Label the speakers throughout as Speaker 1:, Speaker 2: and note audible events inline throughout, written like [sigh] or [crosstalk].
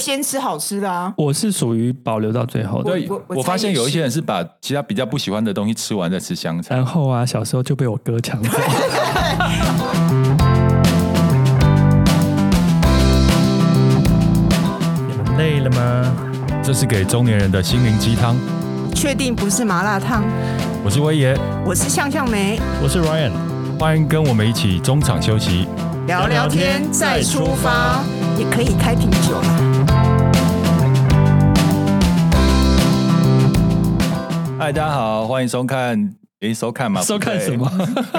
Speaker 1: 先吃好吃的啊。
Speaker 2: 我是属于保留到最后的。
Speaker 1: 对
Speaker 3: 对
Speaker 1: 我我，我
Speaker 3: 我发
Speaker 1: 猜
Speaker 3: 现
Speaker 1: 也
Speaker 3: 有一
Speaker 1: 是
Speaker 3: 些人是把其他比较不喜欢的东西吃完再吃香菜。
Speaker 2: 然后啊，小时候就被我哥
Speaker 3: [laughs]
Speaker 2: 抢走。你们累了吗？
Speaker 3: 这是给中年人的心灵鸡汤。
Speaker 1: 确定不是麻辣烫？
Speaker 3: 我是威爷，
Speaker 1: 我是向向梅，
Speaker 2: 我是 Ryan，
Speaker 3: 欢迎跟我们一起中场休息。
Speaker 1: 聊聊
Speaker 2: 聊天
Speaker 1: 天再
Speaker 2: 再
Speaker 1: 出
Speaker 2: 出
Speaker 1: 发，也可以开瓶酒
Speaker 3: [laughs]
Speaker 1: 了。
Speaker 3: 嗨，大家好，欢迎收看，诶，收看嘛？
Speaker 2: 收看
Speaker 3: 不对
Speaker 2: 什么？？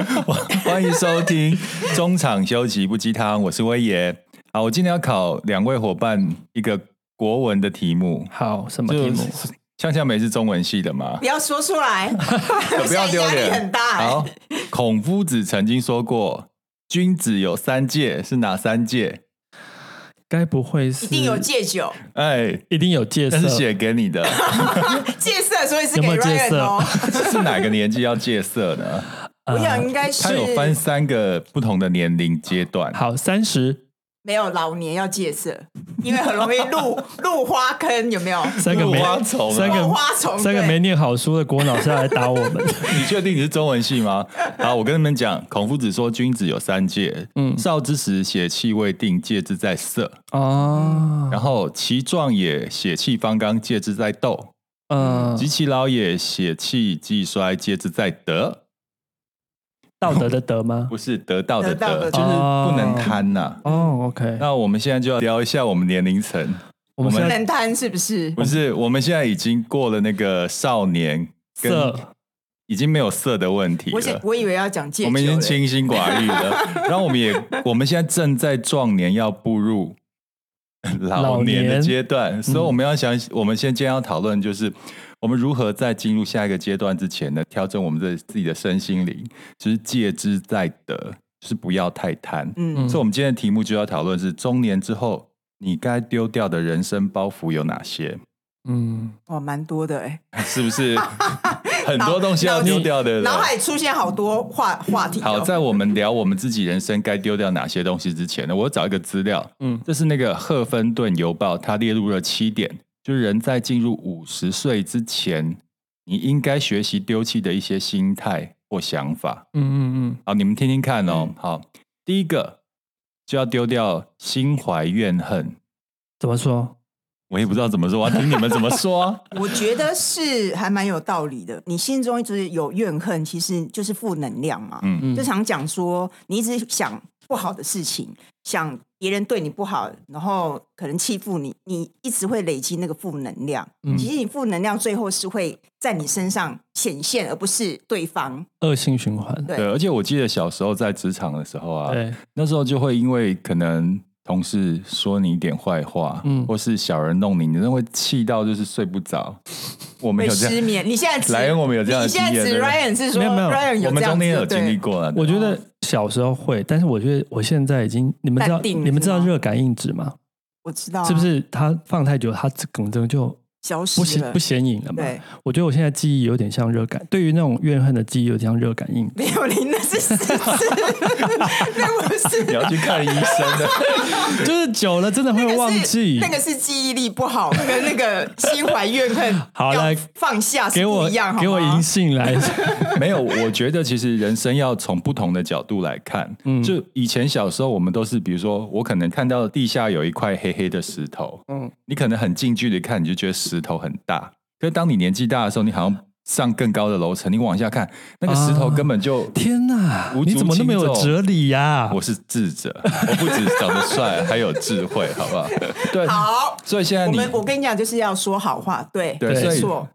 Speaker 3: [laughs] 欢迎收听中场休息不鸡汤，我是威爷。好，我今天要考两位伙伴一个国文的题目，
Speaker 2: 好，什么题目？
Speaker 3: 就是？向向梅是中文系的嘛
Speaker 1: 不？要说出来，欸
Speaker 3: 可 [laughs] 不要丢
Speaker 1: 压力
Speaker 3: 脸，
Speaker 1: 很大欸
Speaker 3: 好，孔夫子曾经说过，君子有三戒，是哪三戒？
Speaker 2: 该不会是
Speaker 1: 一定有戒酒、
Speaker 3: 哎，
Speaker 2: 一定有戒
Speaker 3: 那是
Speaker 2: 色？
Speaker 3: 写给你的，
Speaker 1: 戒色，所以是
Speaker 2: 有
Speaker 1: 给
Speaker 2: 没有戒
Speaker 1: Ryan 哦。
Speaker 3: 是哪个年纪要戒色呢？
Speaker 2: 啊
Speaker 1: 我想应该是
Speaker 3: 它有分三个不同的年龄阶段。
Speaker 2: 好，三十
Speaker 1: 没有老年要戒色，因为很容易
Speaker 2: [laughs]
Speaker 1: 入入花坑，有没有？
Speaker 2: 三个没
Speaker 3: 入花丛啊
Speaker 2: 三个
Speaker 1: 入花丛
Speaker 2: 三个
Speaker 1: 对
Speaker 2: 没念好书的国文老师要来打我
Speaker 3: [laughs]
Speaker 2: 们。
Speaker 3: 你确定你是中文系吗？好，我跟你们讲，孔夫子说君子有三戒，
Speaker 2: 嗯
Speaker 3: 少之时血气未定，戒之在色；
Speaker 2: 哦，
Speaker 3: 然后其壮也，血气方刚，戒之在斗；
Speaker 2: 嗯，
Speaker 3: 及其老也，血气既衰，戒之在德。
Speaker 2: 道德的德吗？
Speaker 3: 不是得到的
Speaker 1: 得到的得
Speaker 3: 得，就是不能贪呐、
Speaker 2: 哦，OK，
Speaker 3: 那嗯我们现在就要聊一下我们年龄层，
Speaker 2: 我们
Speaker 3: 我
Speaker 1: 不
Speaker 2: 现
Speaker 3: 们
Speaker 2: 在
Speaker 1: 能贪是不是？
Speaker 3: 不是我们现在已经过了那个少年跟
Speaker 2: 色
Speaker 3: 已经没有色的问题
Speaker 1: 我想
Speaker 3: 了。
Speaker 1: 我以为要讲戒酒嘞，
Speaker 3: 我们已经清心寡欲了， [laughs] 然后我们也，我们现在正在壮年，要步入老年嗯的阶段，所以我们要想，我们现在今天要讨论就是，我们如何在进入下一个阶段之前呢，调整我们的自己的身心灵，就是戒之在得，就是不要太贪。
Speaker 1: 嗯
Speaker 2: 嗯
Speaker 3: 所以，我们今天的题目就要讨论是中年之后你该丢掉的人生包袱有哪些？ [laughs]
Speaker 2: 嗯，
Speaker 1: 哦，蛮多的哎，
Speaker 3: 是不
Speaker 1: [laughs]
Speaker 3: 是很多东西要丢掉的？对不对
Speaker 1: 脑海出现好多话话题哦。
Speaker 3: 好，在我们聊我们自己人生该丢掉哪些东西之前呢，我找一个资料，嗯
Speaker 2: 嗯，
Speaker 3: 这是那个《赫芬顿邮报》，它列入了七点，就是人在进入五十岁之前，你应该学习丢弃的一些心态或想法。
Speaker 2: 嗯嗯
Speaker 3: 好，你们听听看哦。好，第一个就要丢掉心怀怨恨，
Speaker 2: 怎么说？
Speaker 3: 我也不知道怎么说，我要听你们怎么
Speaker 2: [laughs]
Speaker 3: 说啊。
Speaker 1: 我觉得是还蛮有道理的。你心中一直有怨恨，其实就是负能量嘛。
Speaker 3: 嗯，
Speaker 2: 嗯
Speaker 1: 就常讲说，你一直想不好的事情，想别人对你不好，然后可能欺负你，你一直会累积那个负能量。
Speaker 2: 嗯
Speaker 1: 其实你负能量最后是会在你身上显现，而不是对方。
Speaker 2: 恶性循环，
Speaker 1: 对
Speaker 3: 对，而且我记得小时候在职场的时候啊，
Speaker 2: 对，
Speaker 3: 那时候就会因为可能同事说你一点坏话，
Speaker 2: 嗯
Speaker 3: 或是小人弄你，你真的会气到就是睡不着。我们
Speaker 1: 会
Speaker 3: 有这
Speaker 1: 失
Speaker 3: 样，
Speaker 1: 眠。你现在指
Speaker 3: 莱恩我们有这样的
Speaker 1: 你现在
Speaker 3: 经验
Speaker 1: 指
Speaker 3: 对不对
Speaker 1: Ryan 是说
Speaker 2: 没有没有
Speaker 1: Ryan 有
Speaker 3: 我
Speaker 1: 这
Speaker 3: 们
Speaker 1: 样
Speaker 3: 中间有
Speaker 1: 子对
Speaker 3: 经历过啊了。
Speaker 2: 我觉得小时候会，但是我觉得我现在已经，你们知道
Speaker 1: 淡定
Speaker 2: 你们知道
Speaker 1: 是吗
Speaker 2: 热感应纸吗？
Speaker 1: 我知道啊、
Speaker 2: 是不是它放太久，它梗真的就
Speaker 1: 消失
Speaker 2: 不显
Speaker 1: 了？
Speaker 2: 不显影了嘛？
Speaker 1: 对，
Speaker 2: 我觉得我现在记忆有点像热感，对于那种怨恨的记忆有点像热
Speaker 1: [laughs]
Speaker 2: 感应。
Speaker 1: 没有你那是四
Speaker 2: [laughs]
Speaker 1: 次，那不是
Speaker 3: 你要去看医生的，
Speaker 2: 就是久了真的会忘记。
Speaker 1: 那个是记忆力不好，跟那个心怀怨恨
Speaker 2: [laughs] 好
Speaker 1: 要
Speaker 2: 来
Speaker 1: 放下是
Speaker 2: 给
Speaker 1: 不
Speaker 2: 我
Speaker 1: 一样，
Speaker 2: 给我
Speaker 1: 影
Speaker 2: 银
Speaker 1: [laughs]
Speaker 2: 杏来，
Speaker 3: [laughs] 没有。我觉得其实人生要从不同的角度来看。
Speaker 2: 嗯
Speaker 3: 就以前小时候，我们都是，比如说，我可能看到地下有一块黑黑的石头，
Speaker 2: 嗯，
Speaker 3: 你可能很近距离看，你就觉得石头很大。可是当你年纪大的时候，你好像上更高的楼层，你往下看，那个石头
Speaker 2: 啊
Speaker 3: 根本就
Speaker 2: 天哪
Speaker 3: 无，足
Speaker 2: 你怎么那么有
Speaker 3: 轻重
Speaker 2: 哲理呀、
Speaker 3: 我是智者，我不止长得帅，还有智慧，好不好？对，啊
Speaker 1: 好。
Speaker 3: 所以现在
Speaker 1: 我
Speaker 3: 你，
Speaker 1: 们我跟你讲，就是要说好话，对，
Speaker 3: 对
Speaker 1: 没
Speaker 2: 所以
Speaker 1: 错，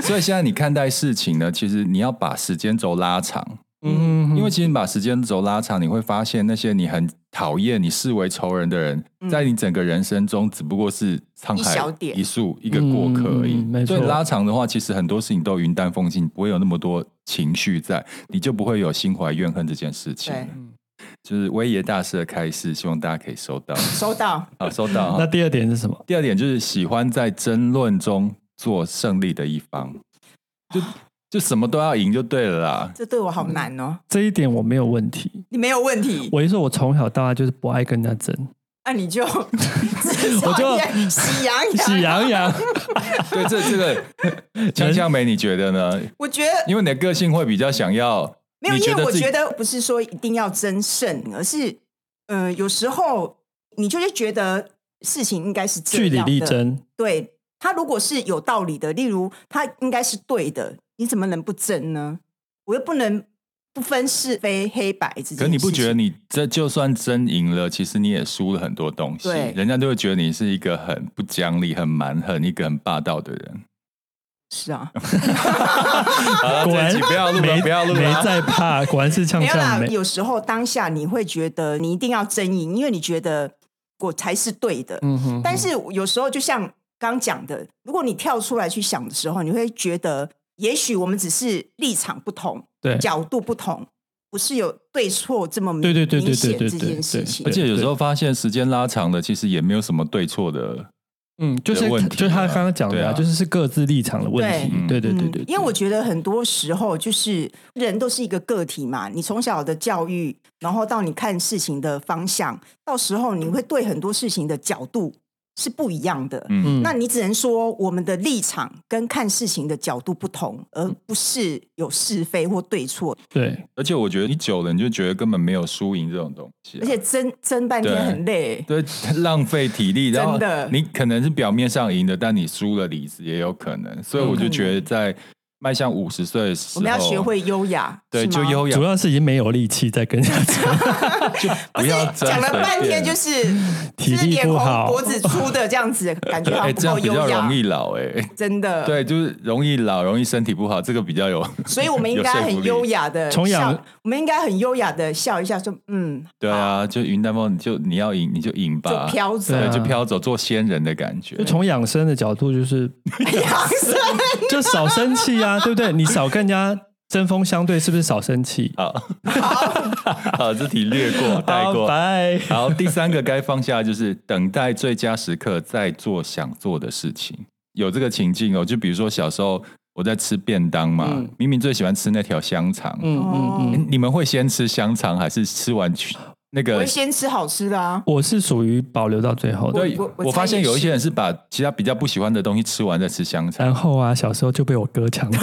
Speaker 3: 所以现在你看待事情呢，其实你要把时间轴拉长，
Speaker 2: 嗯，
Speaker 3: 因
Speaker 2: 因
Speaker 3: 为
Speaker 2: 为
Speaker 3: 其实你把时间轴拉长，你会发现那些你很讨厌、你视为仇人的人，
Speaker 2: 嗯
Speaker 3: 在你整个人生中只不过是沧
Speaker 1: 一
Speaker 3: 海
Speaker 1: 小点
Speaker 3: 一粟、一个过客而已。
Speaker 2: 嗯嗯嗯没错
Speaker 3: 所以拉长的话，其实很多事情都云淡风轻，不会有那么多情绪在，你就不会有心怀怨恨这件事情
Speaker 1: 对。
Speaker 3: 就是威爷大师的开示，希望大家可以收
Speaker 2: [laughs]
Speaker 3: 到。
Speaker 1: 收到。
Speaker 3: 好，收到哈。
Speaker 2: 那第二点是什么？
Speaker 3: 第二点就是喜欢在争论中做胜利的一方，就就什么都要赢就对了啦。
Speaker 1: 这对我好难哦，
Speaker 2: 这一点我没有问题。
Speaker 1: 你没有问题， [laughs]
Speaker 2: 我一说，我从小到大就是不爱跟人家争，
Speaker 1: 那你就我
Speaker 2: 我就
Speaker 1: 喜羊羊。
Speaker 2: 喜羊羊，
Speaker 3: [laughs] 对，这这个
Speaker 1: [laughs]
Speaker 3: 锵锵梅，你觉得呢？
Speaker 1: 我觉得
Speaker 3: 因为你的个性会比较想要，
Speaker 1: 没有，
Speaker 3: 你
Speaker 1: 因为我
Speaker 3: 自己
Speaker 1: 觉得不是说一定要争胜，而是呃，有时候你就是觉得事情应该是这
Speaker 2: 据理
Speaker 1: 样
Speaker 2: 力
Speaker 1: 的。
Speaker 2: 争，
Speaker 1: 对他如果是有道理的，例如他应该是对的，你怎么能不争呢？我又不能不分是非黑白之间。
Speaker 3: 可你不觉得你这就算真赢了，其实你也输了很多东西
Speaker 1: 对，
Speaker 3: 人家都会觉得你是一个很不讲理、很蛮横、一个很霸道的人。
Speaker 1: 是啊？
Speaker 3: 好了，
Speaker 2: 果
Speaker 3: 这一
Speaker 2: 然
Speaker 3: 啊集不要录了，
Speaker 2: 没
Speaker 3: 不要录
Speaker 2: 没
Speaker 3: 了。
Speaker 2: 在怕，果然是
Speaker 1: 没
Speaker 2: 锵
Speaker 1: 有啦
Speaker 2: 锵，梅。
Speaker 1: 有时候当下你会觉得你一定要争赢，因为你觉得我才是对的。
Speaker 2: 嗯哼
Speaker 1: 但是有时候就像刚讲的，如果你跳出来去想的时候，你会觉得，也许我们只是立场不同，
Speaker 2: 对
Speaker 1: 角度不同，不是有对错这么明
Speaker 2: 对对对对
Speaker 1: 明显
Speaker 2: 对
Speaker 1: 这
Speaker 2: 对
Speaker 1: 件
Speaker 2: 对
Speaker 1: 事
Speaker 2: 对
Speaker 1: 情
Speaker 3: 而。且有
Speaker 2: 对
Speaker 3: 时候发现时间拉长了，其实也没有什么对错的。
Speaker 2: 嗯，就
Speaker 3: 的
Speaker 2: 是
Speaker 3: 问题
Speaker 2: 就是他
Speaker 3: 啊
Speaker 2: 刚刚讲
Speaker 3: 对
Speaker 2: 的、
Speaker 3: 啊
Speaker 2: 就是是各自立场的问
Speaker 1: 对
Speaker 2: 题
Speaker 3: 嗯。
Speaker 2: 对对对
Speaker 1: 嗯
Speaker 2: 对，
Speaker 1: 因为我觉得很多时候就是人都是一个个体嘛，你从小的教育，然后到你看事情的方向，到时候你会对很多事情的角度是不一样的。
Speaker 3: 嗯
Speaker 2: 嗯
Speaker 1: 那你只能说我们的立场跟看事情的角度不同，而不是有是非或对错，
Speaker 2: 对
Speaker 3: 而且我觉得你久了，你就觉得根本没有输赢这种东西啊、
Speaker 1: 而且争争半天
Speaker 3: 对
Speaker 1: 很累。
Speaker 3: 对， [laughs] 浪费体力，然后
Speaker 1: 真的
Speaker 3: 你可能是表面上赢的，但你输了里子也有可能，所以我就觉得在迈向五十岁的时
Speaker 1: 我
Speaker 3: 候，
Speaker 1: 们要学会优雅，
Speaker 3: 对，
Speaker 1: 是吗
Speaker 3: 就优雅
Speaker 2: 主，要是已经没有力气再跟人家讲，
Speaker 3: 就
Speaker 1: 不
Speaker 3: 不
Speaker 1: 是
Speaker 3: 要
Speaker 1: 讲了半天就是
Speaker 3: [laughs]
Speaker 1: 是
Speaker 2: 体
Speaker 1: [laughs] 就是
Speaker 2: 力
Speaker 1: 脸
Speaker 2: 不
Speaker 1: 红
Speaker 2: 好
Speaker 1: 脖子粗的这样子，感觉好
Speaker 3: [laughs] 哎，
Speaker 1: 像不
Speaker 3: 这样
Speaker 1: 够
Speaker 3: 比较
Speaker 1: 优雅
Speaker 3: 容，易老哎、
Speaker 1: [laughs] 真的。，
Speaker 3: 对，就是容易老，容易身体不好，这个比 [laughs] 较有，
Speaker 1: 所以我们应该很优雅的
Speaker 2: 从养
Speaker 1: 笑，我们应该很优雅的笑一下，说
Speaker 2: [laughs]
Speaker 1: 嗯，
Speaker 3: 对啊，就云淡风，你就你要赢你就赢
Speaker 1: 就
Speaker 3: 吧，
Speaker 1: 飘走
Speaker 2: 对
Speaker 3: 对，
Speaker 2: 啊
Speaker 3: 就飘走，做仙人的感觉
Speaker 2: 就，从养生的角度，就是
Speaker 1: [laughs] 养生。
Speaker 2: 就少生气啊，对不对？你少跟人家针锋相对，是不是少生气？
Speaker 3: 好， [laughs] 好，这题略过，带过，
Speaker 2: 拜。
Speaker 3: 好，第三个该放下就是等待最佳时刻，再做想做的事情。有这个情境哦，就比如说小时候我在吃便当嘛，
Speaker 2: 嗯
Speaker 3: 明明最喜欢吃那条香肠、
Speaker 2: [laughs] 嗯嗯
Speaker 1: 哦
Speaker 2: 嗯，
Speaker 3: 你们会先吃香肠还是吃完去那
Speaker 1: 我
Speaker 3: 个
Speaker 1: 会？先吃好吃的啊，
Speaker 2: 我是属于保留到最后的。
Speaker 3: 对
Speaker 1: 我，我
Speaker 3: 我发
Speaker 1: 猜
Speaker 3: 现
Speaker 1: 也是
Speaker 3: 有一些人是把其他比较不喜欢的东西吃完再吃香
Speaker 1: [laughs]
Speaker 3: 肠。
Speaker 2: 然后啊，小时候就被我哥抢走，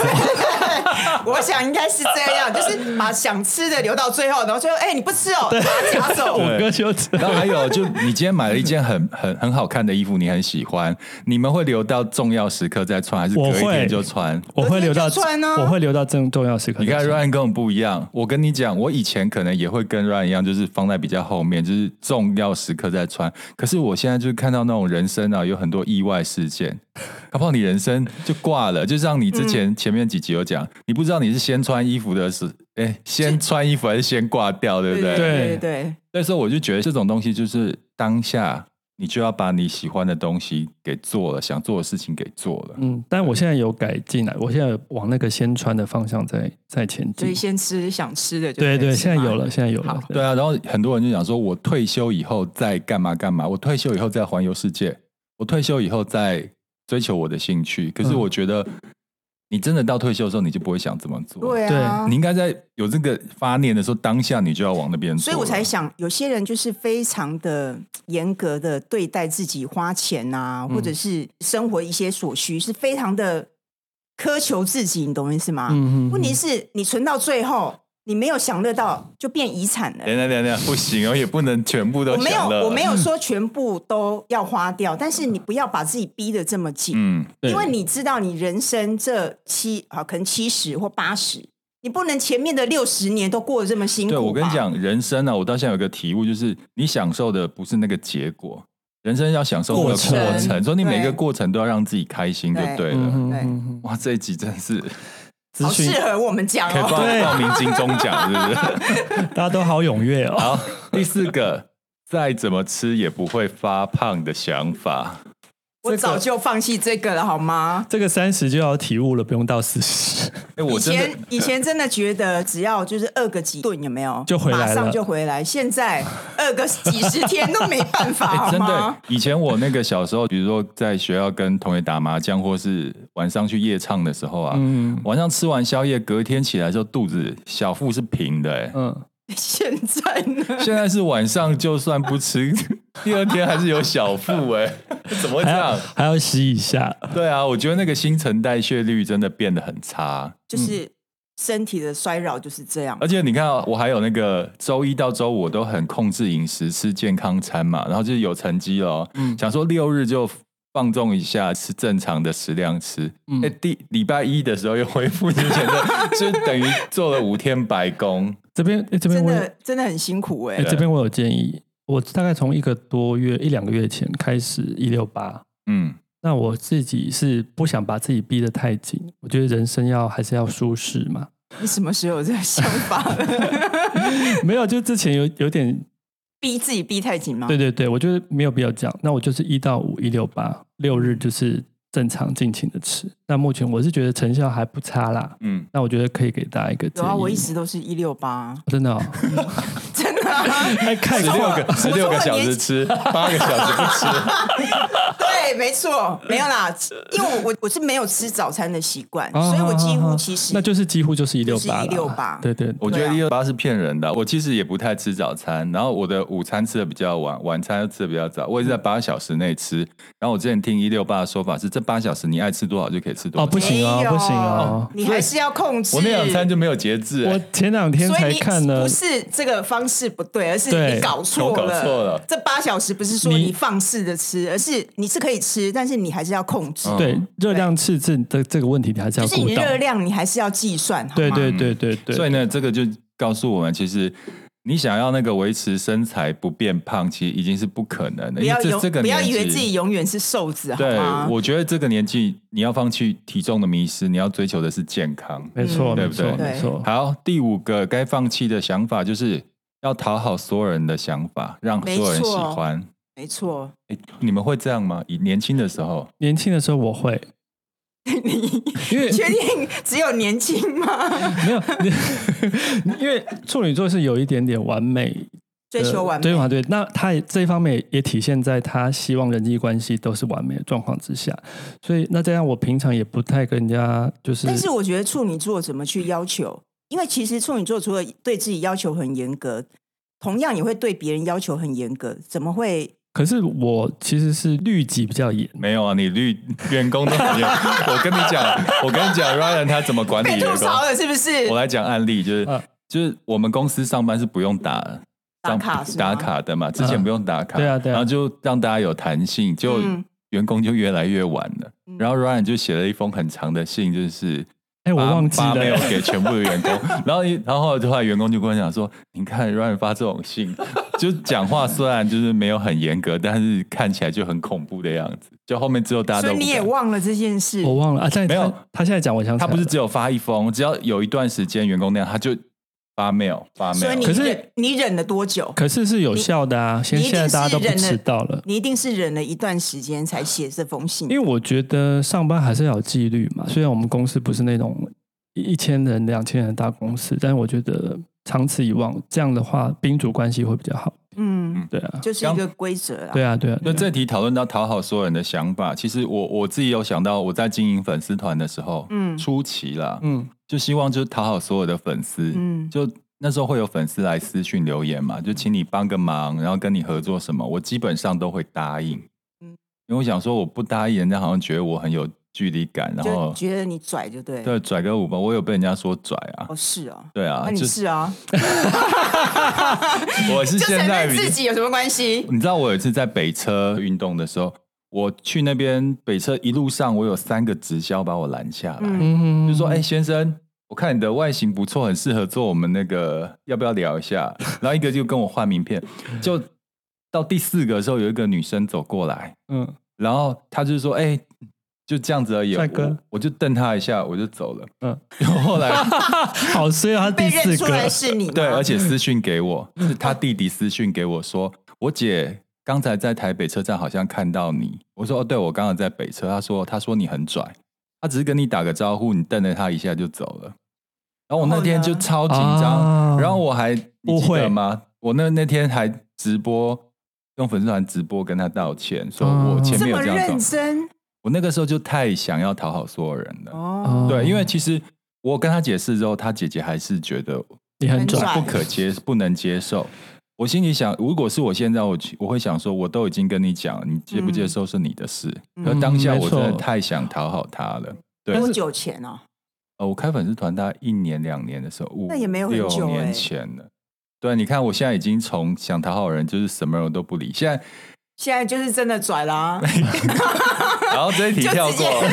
Speaker 1: 我想应该是这样，就是把想吃的留到最后，然后就哎、你不吃哦，把它夹走。
Speaker 2: 我哥就这
Speaker 3: 然后还有，就你今天买了一件很 [laughs] 很很好看的衣服，你很喜欢，你们会留到重要时刻再穿，还是隔
Speaker 2: 我
Speaker 3: 一天
Speaker 2: 会
Speaker 3: 就穿？
Speaker 2: 我会留到
Speaker 1: 我就穿啊
Speaker 2: 我会留到正重要时刻。
Speaker 3: 你看 Ryan 跟我不一样，我跟你讲，我以前可能也会跟 Ryan 一样，就是放在比较后面，就是重要时刻再穿。可是我现在就是看到那种人生啊，有很多意外事件， [laughs] 搞不好你人生就挂了。就像你之前前面几集有讲，你不知道你是先穿衣服的是，哎，先穿衣服还是先挂掉，对不对？
Speaker 2: [laughs]
Speaker 1: 对
Speaker 2: 对
Speaker 1: 对，
Speaker 3: 所以说我就觉得这种东西就是当下，你就要把你喜欢的东西给做了，想做的事情给做了。
Speaker 2: 嗯，但我现在有改进啊了，我现在有往那个先穿的方向在在前
Speaker 1: 所以
Speaker 2: 进。
Speaker 1: 先吃想吃的就可以
Speaker 2: 对对，
Speaker 1: 吃嘛
Speaker 2: 现在有了，现在有了
Speaker 1: 好。
Speaker 2: 对
Speaker 3: 对啊，然后很多人就讲说，我退休以后再干嘛干嘛，我退休以后再环游世界，我退休以后再追求我的兴趣。可是
Speaker 2: 嗯
Speaker 3: 我觉得，你真的到退休的时候，你就不会想这么做。、
Speaker 1: 对啊，
Speaker 3: 你应该在有这个发念的时候，当下你就要往那边做。
Speaker 1: 所以我才，想，有些人就是非常的严格的对待自己花钱啊，
Speaker 2: 嗯
Speaker 1: 或者是生活一些所需，是非常的苛求自己，你懂我意思吗？
Speaker 2: 嗯嗯嗯
Speaker 1: 问题是你存到最后，你没有享乐到，就变遗产了
Speaker 3: 等。一下等一下等一下，不行哦，也不能全部都
Speaker 1: 我没有
Speaker 3: 想了。，嗯
Speaker 1: 我没有说全部都要花掉，但是你不要把自己逼得这么紧。
Speaker 3: 嗯，
Speaker 2: 对
Speaker 1: 因为你知道你人生这七啊，可能七十或八十，你不能前面的六十年都过得这么辛苦。
Speaker 3: 对，我跟你，讲，人生啊，我到现在有个体悟，就是你享受的不是那个结果，人生要享受那个
Speaker 2: 过程
Speaker 3: 过程，所以你每
Speaker 1: 对
Speaker 3: 个过程都要让自己开心就
Speaker 1: 对
Speaker 3: 对
Speaker 2: 嗯
Speaker 3: 了。
Speaker 2: 哼
Speaker 1: 对
Speaker 2: 嗯哼
Speaker 3: 哇，这一集真是。
Speaker 2: 资
Speaker 1: 好
Speaker 2: 讯
Speaker 1: 适合我们讲
Speaker 3: 可以报
Speaker 1: 哦。 [laughs]
Speaker 2: 对
Speaker 3: 报名金钟奖，是不是？
Speaker 2: [laughs] 大家都好踊跃哦。 [laughs]
Speaker 3: 好，第四个，再怎么吃也不会发胖的想法。
Speaker 1: 我早就放弃这个了，好吗？
Speaker 2: 这个三十就要体悟了，不用到四 [laughs] 十。
Speaker 3: 哎，
Speaker 1: 以
Speaker 3: 我真的
Speaker 1: 前以前真的觉得只要就是饿个几顿有没有
Speaker 2: 就回来了
Speaker 1: 马上就回来。现在饿个几十天都没办法，
Speaker 3: [laughs] 哎，
Speaker 1: 好
Speaker 3: 真的
Speaker 1: 吗？，
Speaker 3: 以前我那个小时候，比如说在学校跟同学打麻将，或是晚上去夜唱的时候啊，
Speaker 2: 嗯
Speaker 3: 晚上吃完宵夜，隔天起来之后肚子小腹是平的、哎、
Speaker 2: 嗯，
Speaker 1: 现在呢？
Speaker 3: 现在是晚上就算不吃， [laughs] 第二天还是有小腹哎、 [laughs] 怎么会这
Speaker 2: 还
Speaker 3: 样
Speaker 2: 要？还要吸一下，
Speaker 3: 对啊，我觉得那个新陈代谢率真的变得很差，
Speaker 1: [laughs] 就是身体的衰老就是这样
Speaker 3: 而。且你看啊，我还有那个周一到周五我都很控制饮食，吃健康餐嘛，然后就是有成绩了，哦
Speaker 2: 嗯
Speaker 3: 想说六日就放纵一下，吃正常的食量吃。
Speaker 2: 嗯
Speaker 3: 哎、第礼拜一的时候又恢复之前的，就等于做了五天白工。
Speaker 2: 这边诶这边
Speaker 1: 真
Speaker 2: 我有
Speaker 1: 的真的很辛苦哎、
Speaker 2: 哎、这边我有建议，我大概从一个多月一两个月前开始一六八。
Speaker 3: 嗯
Speaker 2: 那我自己是不想把自己逼得太紧，我觉得人生要还是要舒适嘛。 [laughs]
Speaker 1: 你什么时候有这个想法？
Speaker 2: 没有，就之前有有点，
Speaker 1: 逼自己逼太紧吗？
Speaker 2: 对对对，我觉得没有必要这样。那我就是一到五一六八，六日就是正常尽情的吃。那目前我是觉得成效还不差啦。
Speaker 3: 嗯，
Speaker 2: 那我觉得可以给大家一个建
Speaker 1: 有
Speaker 2: 议。
Speaker 1: 啊，我一直都是一六
Speaker 2: [laughs]
Speaker 1: 八，
Speaker 2: 真的、哦，
Speaker 1: [laughs] 真的、啊。
Speaker 2: 哎，看
Speaker 3: 十六个十六
Speaker 1: 我
Speaker 3: 个
Speaker 1: 从
Speaker 3: 小
Speaker 1: 我年
Speaker 3: 时吃，八个小时不吃。
Speaker 1: 对，没错，没有啦，因为我我我是没有吃早餐的习惯，
Speaker 2: 啊
Speaker 1: 所以我几
Speaker 2: 啊啊
Speaker 1: 乎
Speaker 2: 啊
Speaker 1: 其实
Speaker 2: 那就是几乎就是一六
Speaker 1: 就是
Speaker 2: 八，
Speaker 1: 168
Speaker 2: 对对，
Speaker 3: 我觉得
Speaker 1: 对啊
Speaker 3: 一六八是骗人的，我其实也不太吃早餐，然后我的午餐吃的比较晚，晚餐吃的比较早，我也是在八小时内吃。然后我之前听一六八的说法是，这八小时你爱吃多少就可以吃多
Speaker 2: 哦
Speaker 3: 少。
Speaker 2: 不行哦
Speaker 1: 没有
Speaker 2: 不行哦
Speaker 1: 你还是要控制。
Speaker 3: 我那两餐就没有节制、
Speaker 2: 我
Speaker 3: 哎
Speaker 2: 前两天
Speaker 1: 所
Speaker 2: 才
Speaker 1: 以你
Speaker 2: 看了
Speaker 1: 不，是这个方式不对，而是
Speaker 2: 对
Speaker 1: 你搞错
Speaker 3: 我
Speaker 1: 了。
Speaker 3: 搞错了
Speaker 1: 这八小时不是说
Speaker 2: 你
Speaker 1: 你放肆的吃，而是你是可以吃，但是你还是要控制，
Speaker 3: 嗯
Speaker 2: 对热量赤字的这个问题，你还是要
Speaker 1: 就是
Speaker 2: 顾
Speaker 1: 你的
Speaker 2: 到。
Speaker 1: 热量你还是要计算，好吗
Speaker 2: 对对对对对，
Speaker 3: 所以呢，这个就告诉我们，其实你想要那个维持身材不变胖，其实已经是不可能的。
Speaker 1: 不要
Speaker 3: 因为
Speaker 1: 永
Speaker 3: 这这个
Speaker 1: 不要
Speaker 3: 年纪
Speaker 1: 以为自己啊永远是瘦子，好
Speaker 3: 对
Speaker 1: 吗，？
Speaker 3: 我觉得这个年纪你要放弃体重的迷失，你要追求的是健康。
Speaker 2: 没错
Speaker 3: 嗯对
Speaker 2: 没
Speaker 3: 不
Speaker 2: 错
Speaker 3: 对
Speaker 2: 没错，
Speaker 3: 好，第五个该放弃的想法就是要讨好所有人的想法，让所有人喜欢。
Speaker 1: 没错， [laughs]
Speaker 3: 诶你们会这样吗？以年轻的时候，
Speaker 2: 年轻的时候我会， [laughs]
Speaker 1: 你
Speaker 2: 因为
Speaker 1: 确定只有年轻吗？
Speaker 2: 没有，你 [laughs] 因为处女座是有一点点完美。
Speaker 1: 追求完美
Speaker 2: 呃对，对。那他也这一方面也体现在他希望人际关系都是完美的状况之下，所以那这样我平常也不太跟人家就是，
Speaker 1: 但是我觉得处女座怎么去要求？因为其实处女座除了对自己要求很严格，同样也会对别人要求很严格。怎么会？
Speaker 2: 可是我其实是律己比较严，
Speaker 3: 没有啊，你律员工都很严。 [laughs] 我跟你讲，我跟你讲，Ryan 他怎么管理
Speaker 1: 被
Speaker 3: 员
Speaker 1: 吐
Speaker 3: 工？
Speaker 1: 槽了是不是
Speaker 3: 我？来讲案例，就是、
Speaker 2: 嗯
Speaker 3: 就是我们公司上班是不用打
Speaker 1: 打卡
Speaker 3: 上
Speaker 1: 是吗
Speaker 3: 打卡的嘛，之前不用打卡，
Speaker 2: 对啊对啊
Speaker 3: 然后就让大家有弹性，就
Speaker 1: 嗯
Speaker 3: 员工就越来越晚了。然后 Ryan 就写了一封很长的信，就是
Speaker 2: 哎、我
Speaker 3: 把
Speaker 2: 忘记
Speaker 3: 把没有
Speaker 2: 了，
Speaker 3: 给全部的员工。然后一，然后后来员工就跟我讲说：“你看 Ryan 发这种信，就讲话虽然就是没有很严格，但是看起来就很恐怖的样子。就后面之后大家
Speaker 1: 所
Speaker 3: 都
Speaker 1: 以
Speaker 3: 不
Speaker 1: 你也
Speaker 3: 敢
Speaker 1: 忘了这件事。
Speaker 2: 我忘了啊。但
Speaker 3: 没有
Speaker 2: 他他现在讲，我想起
Speaker 3: 他
Speaker 2: 来
Speaker 3: 不是
Speaker 2: 了
Speaker 3: 只有发一封，只要有一段时间员工那样，他就发 mail 发
Speaker 1: 所以
Speaker 3: mail。
Speaker 1: 你
Speaker 2: 可是
Speaker 1: 忍你忍了多久？
Speaker 2: 可是是有效的啊！现
Speaker 1: 你一
Speaker 2: 现在
Speaker 1: 定
Speaker 2: 大家
Speaker 1: 是
Speaker 2: 都不
Speaker 1: 忍
Speaker 2: 迟
Speaker 1: 了
Speaker 2: 到
Speaker 3: 啊
Speaker 2: 了，
Speaker 1: 你一定是忍了一段时间才写这封信
Speaker 2: 因为。我觉得上班还是要有纪律嘛。虽然我们公司不是那种一千人、两千人的大公司，但是我觉得长此以往，这样的话，宾主关系会比较好。
Speaker 1: 嗯，
Speaker 2: 对啊，
Speaker 1: 就是一个规则啦。
Speaker 2: 对啊，对啊。对
Speaker 3: 那
Speaker 2: 啊
Speaker 3: 这题讨论到讨好所有人的想法，其实我我自己有想到，我在经营粉丝团的时候，
Speaker 1: 嗯
Speaker 3: 初期啦，
Speaker 2: 嗯，
Speaker 3: 就希望就是讨好所有的粉丝，
Speaker 1: 嗯
Speaker 3: 就那时候会有粉丝来私讯留言嘛，就请你帮个忙，然后跟你合作什么，我基本上都会答应，
Speaker 1: 嗯
Speaker 3: 因为我想说我不答应，人家好像觉得我很有距离感，然
Speaker 1: 就
Speaker 3: 后
Speaker 1: 觉得你拽就对。
Speaker 3: 对拽个舞吧，我有被人家说拽啊
Speaker 1: 哦，，是哦。
Speaker 3: 对啊，
Speaker 1: 那
Speaker 3: 就
Speaker 1: 你是啊，
Speaker 3: 我是
Speaker 1: 就承
Speaker 3: 现在
Speaker 1: 认
Speaker 3: 比
Speaker 1: 自己有什么关系？
Speaker 3: 你知道我有一次在北车运动的时候，我去那边北车一路上，我有三个直销把我拦下来，
Speaker 1: 嗯
Speaker 2: 嗯，
Speaker 3: 就说：“哎、先生，我看你的外形不错，很适合做我们那个，要不要聊一下？”然后一个就跟我换名片，就到第四个的时候，有一个女生走过来，
Speaker 2: 嗯，
Speaker 3: 然后她就说：“哎、就这样子而已。”
Speaker 2: 帅哥
Speaker 3: 我，我就瞪她一下，我就走了。
Speaker 2: 嗯
Speaker 3: 嗯，然 [laughs] 后后来
Speaker 2: 好衰啊，他
Speaker 1: 被
Speaker 2: 第
Speaker 1: 认
Speaker 2: 四
Speaker 1: 出来
Speaker 2: 个，
Speaker 1: 是你吗，嗯
Speaker 3: 对，而且私讯给我，是他弟弟私讯给我说，我姐刚才在台北车站好像看到你。我说哦，对，我刚刚在北车。他说，他说你很拽，他只是跟你打个招呼，你瞪了他一下就走了。然后我那天
Speaker 1: 哦
Speaker 3: 就超紧
Speaker 2: 啊
Speaker 3: 张，然后我还你记
Speaker 2: 误会
Speaker 3: 得吗？我那那天还直播用粉丝团直播跟他道歉，说我前
Speaker 1: 哦这
Speaker 3: 面有
Speaker 1: 么
Speaker 3: 这样
Speaker 1: 认
Speaker 3: 子。
Speaker 1: 真
Speaker 3: 我那个时候就太想要讨好所有人了。
Speaker 1: 哦，
Speaker 3: 对，因为其实我跟他解释之后，他姐姐还是觉得
Speaker 2: 你很
Speaker 1: 很
Speaker 2: 拽
Speaker 1: 拽，
Speaker 3: 不可接，不能接受。我我心里想，如果是我现在，我去我会想说，我都已经跟你讲，你接不接受是你的事。
Speaker 1: 嗯
Speaker 3: 可当下
Speaker 2: 嗯没
Speaker 3: 我真
Speaker 2: 错
Speaker 3: 的太想讨好他了。对，
Speaker 1: 多久前啊？
Speaker 3: 呃，我开粉丝团大概一年两年的时候，五
Speaker 1: 那也没有很
Speaker 3: 六
Speaker 1: 久欸
Speaker 3: 年前了。对，啊你看我现在已经从想讨好人，就是什么人我都不理。现
Speaker 1: [laughs]
Speaker 3: 在，
Speaker 1: 现在就是真的拽
Speaker 3: [laughs]
Speaker 1: 啦、
Speaker 3: 然后这一题
Speaker 1: 就
Speaker 3: 跳
Speaker 1: 直
Speaker 3: 过，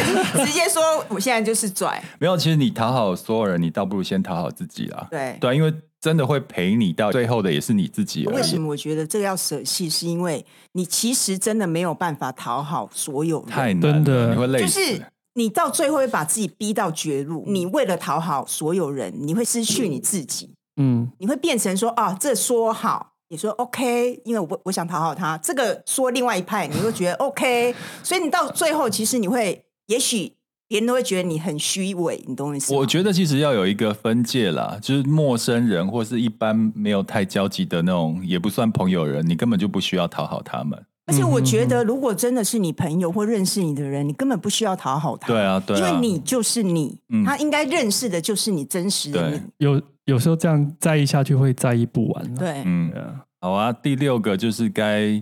Speaker 1: 接 [laughs] 直接说我现在就是拽，
Speaker 3: 没有。其实你讨好所有人，你倒不如先讨好自己啦。
Speaker 1: 对。
Speaker 3: 对啊，因为真的会陪你到最后的也是你自己而
Speaker 1: 为什
Speaker 3: 已。
Speaker 1: 么我觉得这个要舍弃？是因为你其实真的没有办法讨好所有人，
Speaker 3: 太难
Speaker 2: 真的
Speaker 3: 了，你会嗯累
Speaker 1: 就
Speaker 3: 死。
Speaker 1: 是你到最后会把自己逼到绝路。你为了讨好所有人，你会失去你自己，
Speaker 2: 嗯，
Speaker 1: 你会变成说啊，这说好。你说 OK，因为我我想讨好他，这个说另外一派，你会觉得 [laughs] OK，所以你到最后其实你会，也许别人都会觉得你很虚伪，你懂我意思吗？
Speaker 3: 我觉得其实要有一个分界啦，就是陌生人或是一般没有太交集的那种，也不算朋友人，你根本就不需要讨好他们。
Speaker 1: 而且我觉
Speaker 3: 嗯
Speaker 1: 得，如果真的是你朋友或认识你的人，你根本不需要讨好他，
Speaker 3: 对啊，对
Speaker 1: 因
Speaker 3: 啊，
Speaker 1: 为你就是你，
Speaker 3: 嗯
Speaker 1: 他应该认识的就是你真实的你。
Speaker 2: 有有时候这样在意下去会在意不完、啊。
Speaker 1: 对，
Speaker 3: 嗯，
Speaker 2: 对啊，
Speaker 3: 好啊。第六个就是该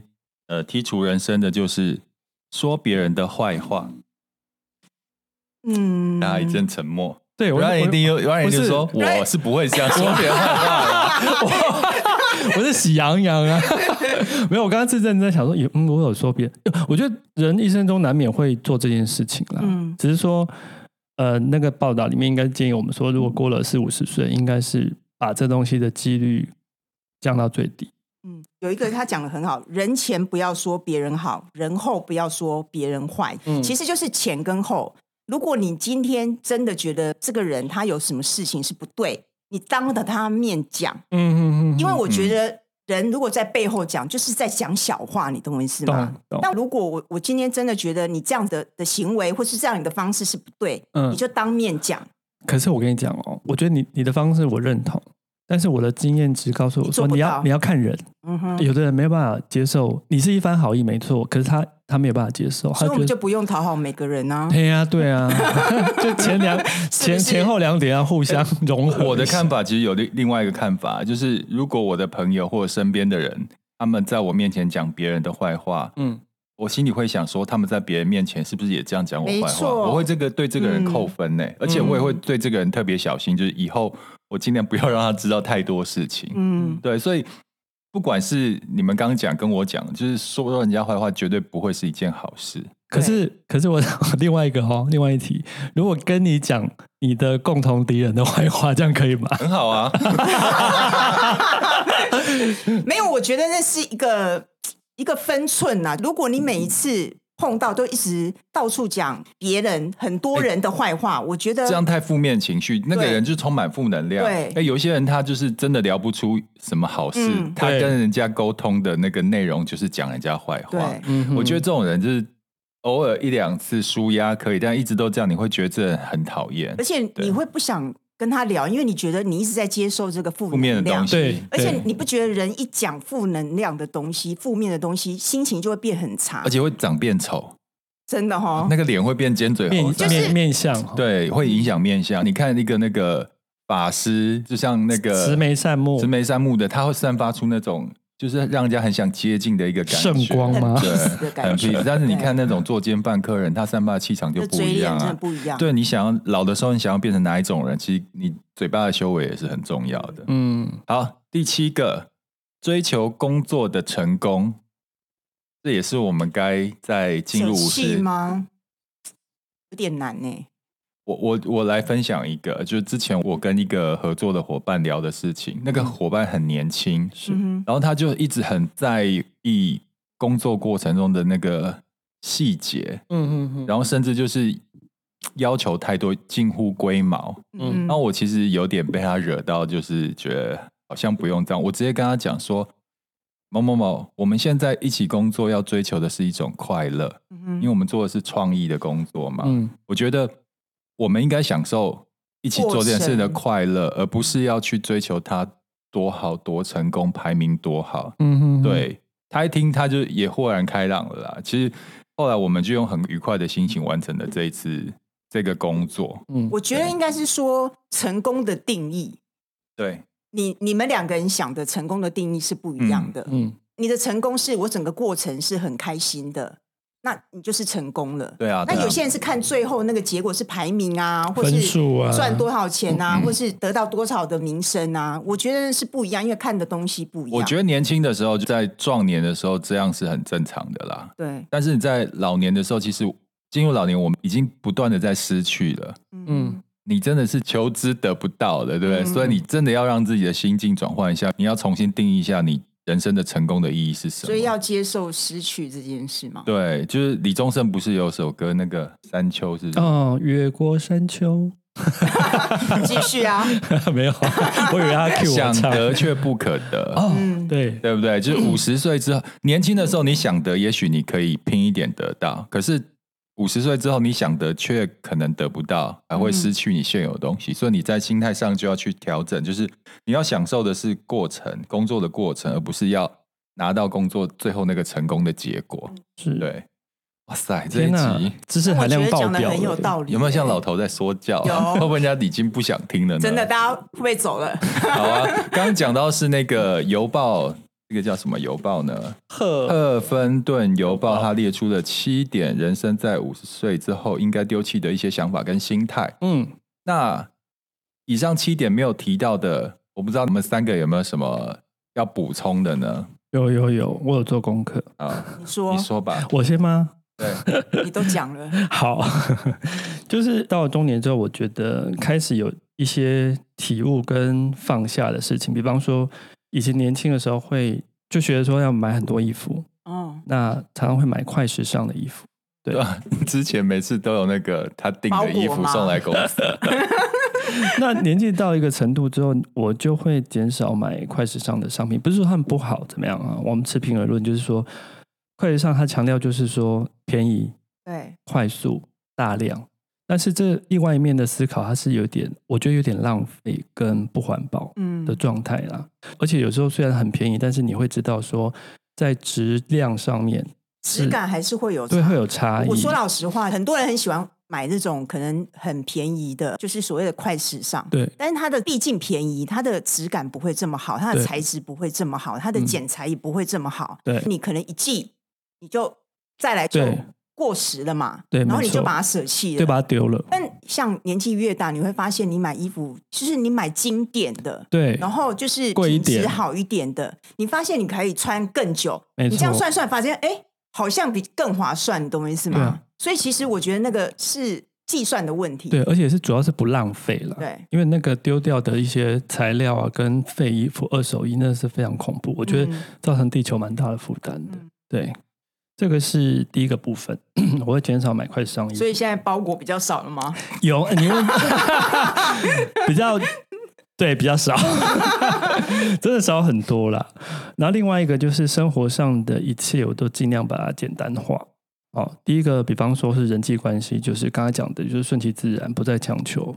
Speaker 3: 呃剔除人生的，就是说别人的坏话。
Speaker 1: 嗯，
Speaker 3: 大家一阵沉默。
Speaker 2: 对我
Speaker 3: 阮
Speaker 2: 我
Speaker 3: 一定有，阮一定
Speaker 2: 不是
Speaker 3: 说我是不会这样说别人坏话啦。
Speaker 2: 我是喜羊羊 [laughs] 啊，没有，我刚刚是认真在想说，有嗯，我有说别人，我觉得人一生中难免会做这件事情啦，
Speaker 1: 嗯
Speaker 2: 只是说，呃，那个报道里面应该建议我们说，如果过了四五十岁，应该是把这东西的几率降到最低。
Speaker 1: [laughs] 嗯，有一个他讲的很好，人前不要说别人好，人后不要说别人坏，
Speaker 2: 嗯
Speaker 1: 其实就是前跟后。如果你今天真的觉得这个人他有什么事情是不对，你当着他面讲，
Speaker 2: 嗯嗯嗯
Speaker 1: 因为我觉得人如果在背后讲，就是在讲小话，你懂我意思吗
Speaker 2: 懂？懂
Speaker 1: 但如果我我今天真的觉得你这样的的行为或是这样你的方式是不对，
Speaker 2: 嗯
Speaker 1: 你就当面讲，
Speaker 2: 可是我跟你讲哦，我觉得你你的方式我认同，但是我的经验值告诉我
Speaker 1: 你做
Speaker 2: 说，
Speaker 1: 不
Speaker 2: 你
Speaker 1: 到
Speaker 2: 要你要看人，
Speaker 1: 嗯哼，
Speaker 2: 有的人没有办法接受，你是一番好意没错，可是他他没有办法接受，
Speaker 1: 所
Speaker 2: 他
Speaker 1: 以我
Speaker 2: 觉
Speaker 1: 们
Speaker 2: 得
Speaker 1: 就不用讨好每个人啊。
Speaker 2: 对呀、
Speaker 1: [laughs]
Speaker 2: 对呀、就前两前前后两点要互相融合。
Speaker 3: [laughs] 我
Speaker 1: [laughs]
Speaker 3: 的看，法其实有另另外一个看法，就是如果我的朋友或者身边的人，他们在我面前讲别人的坏话，
Speaker 2: 嗯，
Speaker 3: 我心里会想说，他们在别人面前是不是也这样讲我坏
Speaker 1: 没
Speaker 3: 话？
Speaker 1: 错嗯
Speaker 3: 我会这个对这个人扣分呢、而且我也会对这个人特别小心，就是以后我尽量不要让他知道太多事情。
Speaker 1: 嗯，
Speaker 3: 对，所以不管是你们刚刚讲跟我讲，就是说人家坏话，绝对不会是一件好事。
Speaker 2: 可是可是我 [laughs] 另外一个哦，另外一题，如果跟你讲你的共同敌人的坏话，这样可以吗？
Speaker 3: 很好啊，嗯
Speaker 1: 没有，我觉得那是一个嗯一个分寸呐、如果你每一次碰到都一直到处讲别人很多人的坏话，我觉得
Speaker 3: 嗯这样太负面情绪，那个
Speaker 1: 对
Speaker 3: 人就充满负能量。
Speaker 1: 对
Speaker 3: 哎，有一些人他就是真的聊不出什么好事，
Speaker 1: 嗯
Speaker 3: 他
Speaker 2: 对
Speaker 3: 跟人家沟通的那个内容就是讲人家坏话
Speaker 1: 对。
Speaker 2: 嗯
Speaker 3: 我觉得这种人就是偶尔一两次舒压可以，但一直都这样，你会觉得这人很讨厌
Speaker 1: 而，且你会不想跟他聊，因为你觉得你一直在接受这个负
Speaker 3: 负面的
Speaker 1: 能量
Speaker 3: 东。
Speaker 2: 对
Speaker 3: 西。
Speaker 1: 而且
Speaker 2: 对
Speaker 1: 你不觉得人一讲负能量的东西、负面的东西，心情就会变很差
Speaker 3: 而？且会长变丑，
Speaker 1: 真的哈、哦
Speaker 3: 那，个脸会变尖嘴猴
Speaker 2: 面
Speaker 3: 腮，
Speaker 2: 面面相哦，
Speaker 3: 对，会影响面相。你看一个那个法师，就像那个
Speaker 2: 慈眉善目
Speaker 3: 呃慈，眉善目的，他会散发出那种就是让人家很想接近的一个感觉，
Speaker 2: 圣光
Speaker 1: 很
Speaker 2: 吗？
Speaker 1: [laughs] peace 的
Speaker 3: 对，很
Speaker 1: 感觉
Speaker 3: peace。，但是你
Speaker 1: 对
Speaker 3: 看那种作奸犯科人，他散发的气场就
Speaker 1: 这
Speaker 3: 不
Speaker 1: 嘴
Speaker 3: 一
Speaker 1: 脸真
Speaker 3: 样
Speaker 1: 的
Speaker 3: 啊。
Speaker 1: 不一样。
Speaker 3: 对你想要老的时候，你想要变成哪一种人？其实你嘴巴的修为也是很重要的。
Speaker 2: 嗯，
Speaker 3: 好，第七个，追求工作的成功，这也是我们该在进入
Speaker 1: 舍
Speaker 3: 五
Speaker 1: 弃
Speaker 3: 十
Speaker 1: 吗？有点难欸呢、
Speaker 3: 我我我来分享一个，就是之前我跟一个合作的伙伴聊的事情，那个伙伴很年轻，是
Speaker 1: 嗯
Speaker 3: 然后他就一直很在意工作过程中的那个细节，
Speaker 2: 嗯嗯
Speaker 3: 然后甚至就是嘖要求太多，近乎龟毛。
Speaker 1: 哼，
Speaker 2: 嗯
Speaker 3: 然后我其实有点被他惹到，就是觉得好像不用这样，我直接跟他讲说。某某某，我们现在一起工作要追求的是一种快乐，因为
Speaker 1: 嗯
Speaker 3: 我们做的是创意的工作嘛。
Speaker 2: 嗯
Speaker 3: 我觉得我们应该享受一起做这件事的快乐，而
Speaker 2: 嗯
Speaker 3: 不是要去追求它多好、多成功、排名多好。
Speaker 2: 嗯嗯，
Speaker 3: 对他一听，他就也豁然开朗了啦。其实后来我们就用很愉快的心情完成了这一次这个工作。
Speaker 2: 嗯，
Speaker 1: 我觉得应该是说成功的定义，
Speaker 3: 对，
Speaker 1: 你你们两个人想的成功的定义是不一样的。
Speaker 2: 嗯，
Speaker 1: 你的成功是我整个过程是很开心的，那你就是成功了。
Speaker 3: 对啊，
Speaker 1: 那
Speaker 3: 对啊
Speaker 1: 有些人是看最后那个结果是排名啊，或
Speaker 2: 分
Speaker 1: 是
Speaker 2: 数啊，
Speaker 1: 赚多少钱
Speaker 3: 嗯
Speaker 1: 啊，或是得到多少的名声啊，我觉得是不一样，因为看的东西不一样。
Speaker 3: 我觉
Speaker 1: 得
Speaker 3: 得年轻的时候，在壮年的时候，这样是很正常的啦。
Speaker 1: 对，
Speaker 3: 但是你在老年的时候，其实进入老年，我们已经不断的在失去了。
Speaker 2: 嗯，
Speaker 3: 你真的是求之得不到的，对不对？
Speaker 1: 嗯
Speaker 3: 所以你真的要让自己的心境转换一下，你要重新定义一下你人生的成功的意义是什么。
Speaker 1: 所以要接受失去这件事
Speaker 3: [laughs]
Speaker 1: 嘛。
Speaker 3: 对，就是李宗盛不是有首歌那个山丘是什么？
Speaker 2: 哦，越过山丘， [laughs]
Speaker 1: 继续啊，
Speaker 2: 没
Speaker 3: [laughs]
Speaker 2: 有，我以为他 Q 我
Speaker 3: 想
Speaker 2: 唱。
Speaker 3: 得却不可得，
Speaker 2: 哦，
Speaker 1: 嗯
Speaker 2: 对，
Speaker 3: 对不对？就是五十岁之后，年轻的时候你想得，也许你可以拼一点得到，可是五十岁之后你想得却可能得不到，还会
Speaker 2: 嗯
Speaker 3: 失去你现有的东西。所以你在心态上就要去调整，就是你要享受的是过程，工作的过程，而不是要拿到工作最后那个成功的结果。
Speaker 2: 是，
Speaker 3: 对，哇塞，这一
Speaker 2: 嗯天哪
Speaker 3: 集，
Speaker 2: 知识
Speaker 1: 我
Speaker 2: 含
Speaker 1: 觉
Speaker 2: 量
Speaker 1: 得
Speaker 2: 爆
Speaker 1: 讲的
Speaker 2: 表了，
Speaker 1: 很有道理、
Speaker 3: 有没有像老头在说教、啊？
Speaker 1: 有
Speaker 3: [laughs] 会不会人家已经不想听了呢？
Speaker 1: 真的，大家会不会走
Speaker 2: [laughs]
Speaker 1: 了？
Speaker 3: 好啊！刚刚讲到是那个邮报，这个叫什么邮报呢？
Speaker 2: 呵，
Speaker 3: 赫芬顿邮报它列出了七点人生在五十岁之后应该丢弃的一些想法跟心态。
Speaker 2: 嗯，
Speaker 3: 那以上七点没有提到的，我不知道你们三个有没有什么要补充的呢？
Speaker 2: 有有有，我有做功课，
Speaker 3: 啊，
Speaker 1: 你说，
Speaker 3: 你说吧。
Speaker 2: 我先吗？ [laughs]
Speaker 3: 对，
Speaker 1: 你都讲了，
Speaker 2: 好， [laughs] 就是到了中年之后，我觉得开始有一些体悟跟放下的事情。比方说，以前年轻的时候会就觉得说要买很多衣服，
Speaker 1: 嗯，
Speaker 2: 那常常会买快时尚的衣服。
Speaker 3: 对啊，之前每次都有那个他订
Speaker 1: 包
Speaker 3: 的
Speaker 1: 裹
Speaker 3: 衣服
Speaker 1: 吗
Speaker 3: 送来公司，
Speaker 2: [laughs] 那年纪到一个程度之后，我就会减少买快时尚的商品。不是说他们不好怎么样啊，我们持平而论，就是说快时尚它强调就是说便宜、
Speaker 1: 对，
Speaker 2: 快速、大量。但是这另外一面的思考，它是有点，我觉得有点浪费跟不环保。
Speaker 1: 嗯
Speaker 2: 的状态啦。而且有时候虽然很便宜，但是你会知道说，在质量上面是
Speaker 1: 质感还是会有
Speaker 2: 对
Speaker 1: 差
Speaker 2: 会有差异。
Speaker 1: 我说老实话，很多人很喜欢买那种可能很便宜的，就是所谓的快时尚。
Speaker 2: 对
Speaker 1: 但是它的毕竟便宜，它的质感不会这么好，它的
Speaker 2: 对
Speaker 1: 材质不会这么好，它的
Speaker 2: 嗯
Speaker 1: 剪裁也不会这么好。
Speaker 2: 对
Speaker 1: 你可能一季你就再来就
Speaker 2: 对
Speaker 1: 过时了嘛，
Speaker 2: 对
Speaker 1: 然后
Speaker 2: 没
Speaker 1: 你就
Speaker 2: 错
Speaker 1: 把它舍弃了，
Speaker 2: 对？把它丢了，
Speaker 1: 但像年纪越大，你会发现你买衣服，就是你买经典的，
Speaker 2: 对
Speaker 1: 然后就是
Speaker 2: 贵一
Speaker 1: 品质
Speaker 2: 点
Speaker 1: 好一点的，你发现你可以穿更久，
Speaker 2: 没
Speaker 1: 你这样
Speaker 2: 错
Speaker 1: 算算，发现哎，好像比更划算，你懂我意思
Speaker 2: 对
Speaker 1: 吗
Speaker 2: 啊？
Speaker 1: 所以其实我觉得那个是计算的问题，
Speaker 2: 对，啊而且是主要是不浪费了。
Speaker 1: 对
Speaker 2: 因为那个丢掉的一些材料啊，跟废衣服、二手衣，那是非常恐怖，我觉得
Speaker 1: 嗯
Speaker 2: 造成地球蛮大的负担的
Speaker 1: 嗯。
Speaker 2: 对，这个是第一个部分， [clears throat] 我会减少买快时尚衣服
Speaker 1: 所。以现在包裹比较少了吗？
Speaker 2: 有呃你问比较对比较少，真的少很多啦。然后另外一个就是生活上的一切，我都尽量把它简单化。哦，第一个，比方说是人际关系，就是刚才讲的，就是顺其自然，不再强求，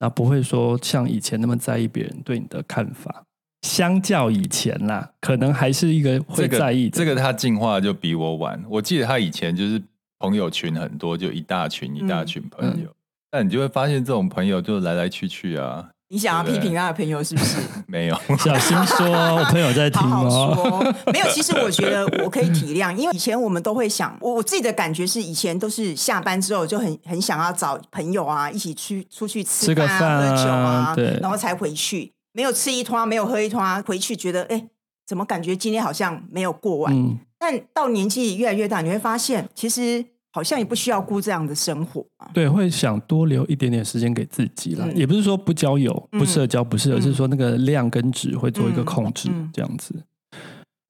Speaker 2: 那不会说像以前那么在意别人对你的看法。相较以前啦，可能还是一个会
Speaker 3: 这
Speaker 2: 在意
Speaker 3: 个
Speaker 2: 的
Speaker 3: 这个他进化就比我晚。我记得他以前就是朋友群很多，就一大群一大
Speaker 2: 嗯
Speaker 3: 群朋友，但你就会发现这种朋友就来来去去啊， [laughs]
Speaker 1: 你想要
Speaker 3: 对
Speaker 1: 批评他的朋友是不是？
Speaker 3: 没
Speaker 2: [laughs]
Speaker 3: 有。
Speaker 2: 小心说，我朋友在听
Speaker 1: 好好
Speaker 2: 哦。
Speaker 1: 说，没有。其实我觉得我可以体
Speaker 2: [laughs]
Speaker 1: 谅，因为以前我们都会想，我我自己的感觉是，以前都是下班之后就很很想要找朋友啊，一起去出去吃
Speaker 2: 吃个
Speaker 1: 饭啊、
Speaker 2: 饭啊
Speaker 1: 喝酒啊，
Speaker 2: 对
Speaker 1: 然后才回去，没有吃一通，啊没有喝一通，回去觉得哎。诶怎么感觉今天好像没有过完？
Speaker 2: 嗯，
Speaker 1: 但到年纪越来越大，你会发现，其实好像也不需要过这样的生
Speaker 2: [laughs]
Speaker 1: 活啊。
Speaker 2: 对，会想多留一点点时间给自己啦，
Speaker 1: 嗯
Speaker 2: 也不是说不交友、
Speaker 1: 嗯
Speaker 2: 不社交，不是，而是说那个量跟值会做一个控制，
Speaker 1: 嗯嗯
Speaker 2: 这样子。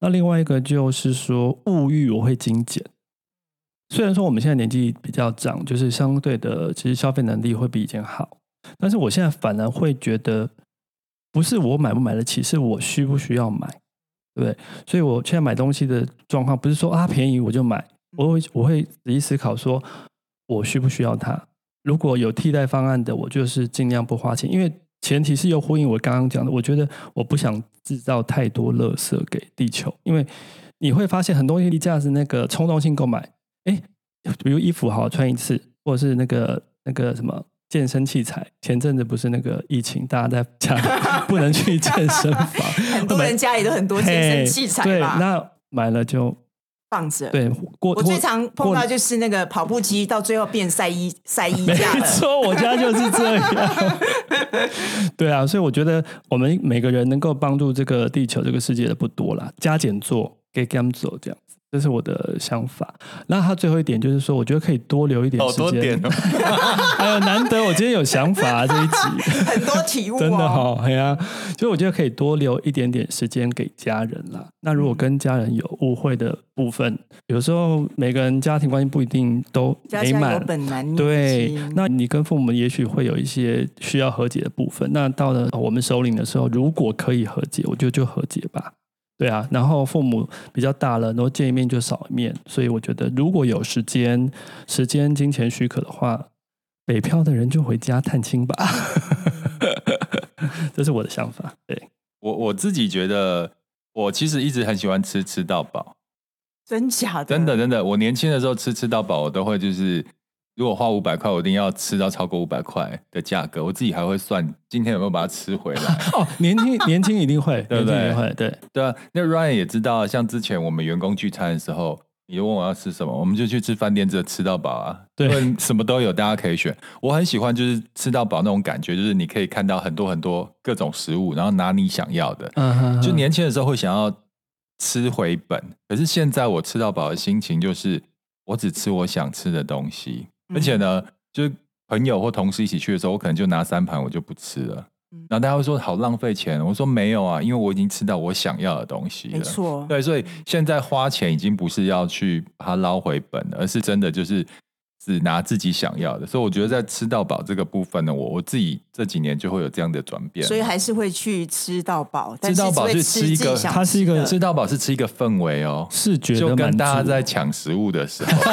Speaker 2: 那另外一个就是说物欲我会精简，虽然说我们现在年纪比较长，就是相对的，其实消费能力会比以前好，但是我现在反而会觉得，不是我买不买得起，是我需不需要买，对不对？所以我现在买东西的状况不是说啊便宜我就买，我会我会仔细思考说，我需不需要它？如果有替代方案的，我就是尽量不花钱，因为前提是又呼应我刚刚讲的，我觉得我不想制造太多垃圾给地球，因为你会发现很多东西价是那个冲动性购买，哎，比如衣服好穿一次，或者是那个那个什么健身器材。前阵子不是那个疫情，大家在家
Speaker 1: [laughs]
Speaker 2: 不能去健身房，
Speaker 1: 很多人家里都很多健身器材
Speaker 2: 对，
Speaker 1: 吧，
Speaker 2: 那买了就
Speaker 1: 放着。
Speaker 2: 对过。
Speaker 1: 我最常碰到
Speaker 2: 过
Speaker 1: 就是那个跑步机到最后变晒衣晒衣
Speaker 2: [laughs] 没
Speaker 1: 架了，
Speaker 2: 错，我家就是这样。 [laughs] 对啊，所以我觉得我们每个人能够帮助这个地球、这个世界的不多啦，加减做，给 g a m 走这样子，这是我的想法。那他最后一点就是说，我觉得可以多留一点
Speaker 3: 好
Speaker 2: 时
Speaker 3: 多
Speaker 2: 间。
Speaker 3: 点哦，
Speaker 2: 哎呦，难得我今天有想法、啊、这一集。
Speaker 1: 很多体悟
Speaker 2: 真
Speaker 1: [laughs]
Speaker 2: 的
Speaker 1: 哦。
Speaker 2: 哈、哎呀、所以我觉得可以多留一点点时间给家人啦。那如果跟家人有误会的部分，有时候每个人家庭关系不一定都
Speaker 1: 家
Speaker 2: 美
Speaker 1: 家
Speaker 2: 满
Speaker 1: 有，本难念的
Speaker 2: 对
Speaker 1: 经，
Speaker 2: 那你跟父母也许会有一些需要和解的部分。那到了呃我们首领的时候，如果可以和解，我觉得就和解吧。对啊，然后父母比较大了，然后见一面就少一面，所以我觉得如果有时间、时间、金钱许可的话，北漂的人就回家探亲吧。 [laughs] 这是我的想法。对，
Speaker 3: 我我自己觉得，我其实一直很喜欢吃吃到饱，
Speaker 1: 真假的？
Speaker 2: 嗯
Speaker 3: 真的真的，我年轻的时候吃吃到饱，我都会就是，如果花五百块，我一定要吃到超过五百块的价格，我自己还会算今天有没有把它吃回来。
Speaker 2: 哦，年
Speaker 3: [laughs]
Speaker 2: 轻年轻一定会，
Speaker 3: 对不对
Speaker 2: 年轻一定会，对，
Speaker 3: 对啊，那 Ryan 也知道，像之前我们员工聚餐的时候，你就问我要吃什么，我们就去吃饭店，这吃到饱啊，
Speaker 2: 对
Speaker 3: 因为什么都有，大家可以选。我很喜欢就是吃到饱那种感觉，就是你可以看到很多很多各种食物，然后拿你想要的。
Speaker 2: 嗯哼哼，
Speaker 3: 就年轻的时候会想要吃回本，可是现在我吃到饱的心情就是我只吃我想吃的东西，
Speaker 1: 嗯
Speaker 3: 而且呢，就是朋友或同事一起去的时候，我可能就拿三盘我就不吃了
Speaker 1: 嗯。
Speaker 3: 然后大家会说好浪费钱，我说没有啊，因为我已经吃到我想要的东西了。
Speaker 1: 没错，嗯
Speaker 3: 对，所以现在花钱已经不是要去把它捞回本了，而是真的就是只拿自己想要的。所以我觉得在吃到饱这个部分呢，我我自己这几年就会有这样的转变。
Speaker 1: 所以还是会去吃到饱，但是
Speaker 3: 吃到饱
Speaker 1: 只会
Speaker 3: 是
Speaker 1: 吃
Speaker 3: 吃一
Speaker 1: 自己
Speaker 3: 个
Speaker 1: 想
Speaker 2: 它是一
Speaker 1: 吃
Speaker 2: 个
Speaker 1: 的
Speaker 3: 吃到饱是吃一个氛围哦，
Speaker 2: 视觉的
Speaker 3: 就
Speaker 2: 满
Speaker 3: 跟
Speaker 2: 足
Speaker 3: 大家在抢食物的时候， [laughs]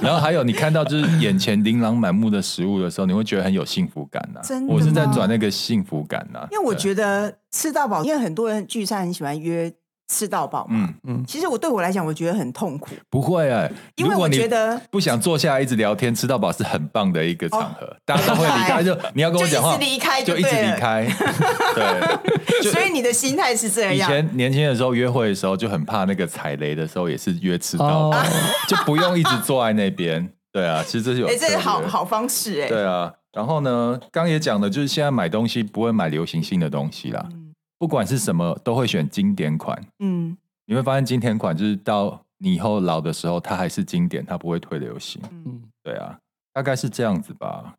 Speaker 3: 然后还有你看到就是眼前琳琅满目的食物的时候，你会觉得很有幸福感呐、
Speaker 1: 真的
Speaker 3: 我是在
Speaker 1: 吗
Speaker 3: 转那个幸福感啊呐、
Speaker 1: 因为我
Speaker 3: 对
Speaker 1: 觉得吃到饱，因为很多人聚餐很喜欢约吃到饱嘛。
Speaker 3: 嗯
Speaker 1: 其实我对我来讲，我觉得很痛苦，
Speaker 3: 不会哎、
Speaker 1: 因为
Speaker 3: 如果
Speaker 1: 我
Speaker 3: 你
Speaker 1: 觉得
Speaker 3: 不想坐下来一直聊天，吃到饱是很棒的一个场合，大家都会离开，
Speaker 1: 明 [laughs]
Speaker 3: 就你要跟
Speaker 1: 哦就
Speaker 3: 我
Speaker 1: 一
Speaker 3: 讲话
Speaker 1: 直，离开
Speaker 3: 就一直
Speaker 1: 对
Speaker 3: 离
Speaker 1: 了。
Speaker 3: 开。
Speaker 1: [laughs]
Speaker 3: 对，就
Speaker 1: 所以你的心态是这
Speaker 3: 以
Speaker 1: 样，
Speaker 3: 前年轻的时候约会的时候就很怕那个踩雷的时候，也是约吃到
Speaker 2: 哦
Speaker 3: 饱，就不用一直坐在那边。对啊，其实这是有
Speaker 1: 哎，这是
Speaker 3: 策略
Speaker 1: 好好方式哎。
Speaker 3: 对啊，然后呢，刚也讲了，就是现在买东西不会买流行性的东西啦，
Speaker 1: 嗯
Speaker 3: 不管是什么都会选经典款。
Speaker 1: 嗯
Speaker 3: 你会发现经典款就是到你以后老的时候，它还是经典，它不会退流行。
Speaker 1: 嗯，
Speaker 2: 嗯，
Speaker 3: 对啊，大概是这样子吧。嗯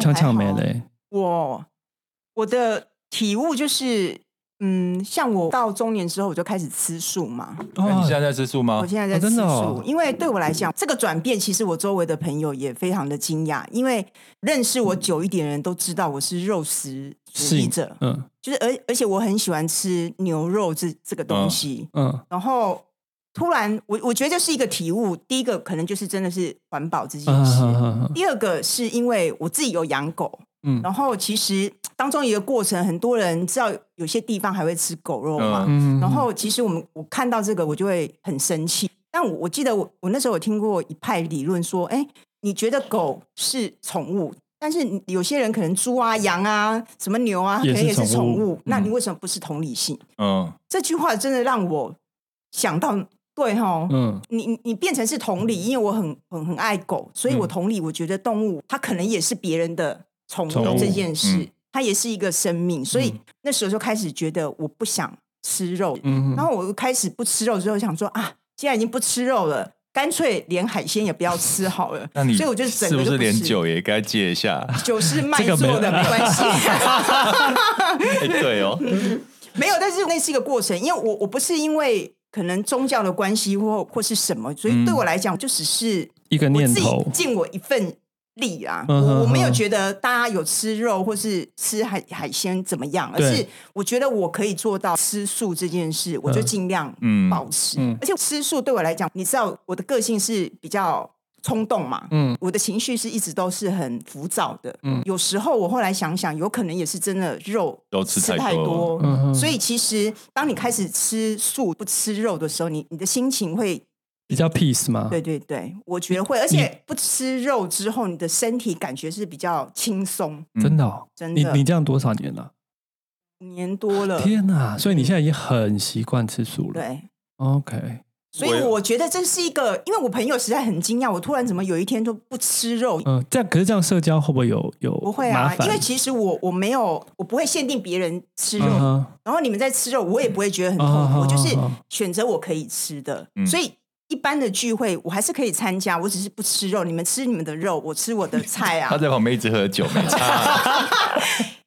Speaker 2: 呛呛没
Speaker 1: 没
Speaker 2: 嘞、
Speaker 1: 我我的体悟就是，嗯，像我到中年之后，我就开始吃素嘛。
Speaker 3: 那哎你
Speaker 2: 哦
Speaker 3: 现在在吃素吗
Speaker 1: 我？现在
Speaker 2: 哦
Speaker 1: 在吃素，
Speaker 2: 真的哦
Speaker 1: 因为对我来讲，这个转变其实我周围的朋友也非常的惊讶，因为认识我久一点的人都知道我是肉食主义者，
Speaker 2: 嗯
Speaker 1: 就是而而且我很喜欢吃牛肉这这个东西。
Speaker 2: 嗯
Speaker 1: 然后突然，我我觉得就是一个体悟，第一个可能就是真的是环保这件
Speaker 2: 嗯
Speaker 1: 事，
Speaker 2: 嗯
Speaker 1: 第二个是因为我自己有养狗，
Speaker 2: 嗯
Speaker 1: 然后其实当中一个过程，很多人知道有些地方还会吃狗肉嘛，
Speaker 3: 嗯
Speaker 2: 嗯
Speaker 1: 然后其实我们我看到这个，我就会很生气。但我我记得我我那时候有听过一派理论说，哎，你觉得狗是宠物，但是你有些人可能猪啊、羊啊、什么牛啊，可
Speaker 2: 也是
Speaker 1: 能也是
Speaker 2: 宠
Speaker 1: 宠
Speaker 2: 物嗯
Speaker 1: 物，那你为什么不是同理心？
Speaker 3: 嗯，
Speaker 1: 这句话真的让我想到，对哈、
Speaker 2: 嗯
Speaker 1: 你你你变成是同理，因为我很很很爱狗，所以我
Speaker 2: 嗯
Speaker 1: 同理，我觉得动物它可能也是别人的宠
Speaker 2: 宠
Speaker 1: 物
Speaker 2: 物
Speaker 1: 这件事，
Speaker 3: 嗯。
Speaker 1: 它也是一个生命，所以
Speaker 2: 嗯
Speaker 1: 那时候就开始觉得我不想吃肉，
Speaker 2: 嗯，
Speaker 1: 然后我又开始不吃肉之后，想说啊，既然已经不吃肉了，干脆连海鲜也不要吃好了
Speaker 2: [laughs]
Speaker 3: 那你
Speaker 1: 所以我就整个
Speaker 3: 是不
Speaker 1: 就是不
Speaker 3: 连
Speaker 1: 吃
Speaker 3: 酒也该戒
Speaker 1: [laughs]
Speaker 3: 一下？
Speaker 1: 酒
Speaker 2: [laughs]
Speaker 1: 是卖
Speaker 2: 这个没
Speaker 1: 座的，没关
Speaker 2: [laughs]
Speaker 1: 系。 [laughs]
Speaker 3: 哎对哦，
Speaker 1: 没有，但是那是一个过程，因为我我不是因为可能宗教的关系或或是什么，所以
Speaker 2: 嗯
Speaker 1: 对我来讲就只是
Speaker 2: 一个
Speaker 1: 我
Speaker 2: 念
Speaker 1: 自己
Speaker 2: 头，
Speaker 1: 尽我一份力啊。
Speaker 2: 嗯哼
Speaker 1: 我我没有
Speaker 2: 哼
Speaker 1: 觉得大家有吃肉或是吃海海鲜怎么样，而
Speaker 2: 对
Speaker 1: 是我觉得我可以做到吃素这件事，我就尽量
Speaker 3: 嗯
Speaker 1: 保持。
Speaker 2: 嗯
Speaker 1: 而且吃素对我来讲，你知道我的个性是比较冲动嘛，
Speaker 2: 嗯
Speaker 1: 我的情绪是一直都是很浮躁的，
Speaker 2: 嗯
Speaker 1: 有时候我后来想想，有可能也是真的肉
Speaker 3: 都吃太
Speaker 1: 太
Speaker 3: 多
Speaker 2: 嗯哼
Speaker 1: 所以其实当你开始吃素不吃肉的时候，你你的心情会
Speaker 2: 比较 peace 吗？
Speaker 1: 对对对，我觉得会，而且不吃肉之后，你的身体感觉是比较轻松，
Speaker 3: 嗯
Speaker 2: 真的、哦，
Speaker 1: 真
Speaker 2: 你
Speaker 1: 的
Speaker 2: 你这样多少年了？
Speaker 1: 五年多了，
Speaker 2: 天啊哪！所以你现在已经很习惯吃素了。
Speaker 1: 对。
Speaker 2: OK，
Speaker 1: 所以我觉得这是一个，因为我朋友实在很惊讶，我突然怎么有一天都不吃肉？
Speaker 2: 嗯、这样可是这样社交会不会有有
Speaker 1: 不会
Speaker 2: 麻
Speaker 1: 啊，
Speaker 2: 烦？
Speaker 1: 因为其实我我没有，我不会限定别人吃肉，
Speaker 2: 嗯哼
Speaker 1: 然后你们在吃肉，我也不会觉得很痛
Speaker 2: 嗯
Speaker 1: 苦，
Speaker 2: 哼
Speaker 1: 我就是
Speaker 2: 嗯哼
Speaker 1: 选择我可以吃的，
Speaker 3: 嗯
Speaker 1: 所以。一般的聚会我还是可以参加，我只是不吃肉。你们吃你们的肉，我吃我的菜
Speaker 2: [laughs]
Speaker 3: 他
Speaker 1: 啊。
Speaker 3: 在旁边一直喝酒，没
Speaker 1: [laughs]
Speaker 3: 差。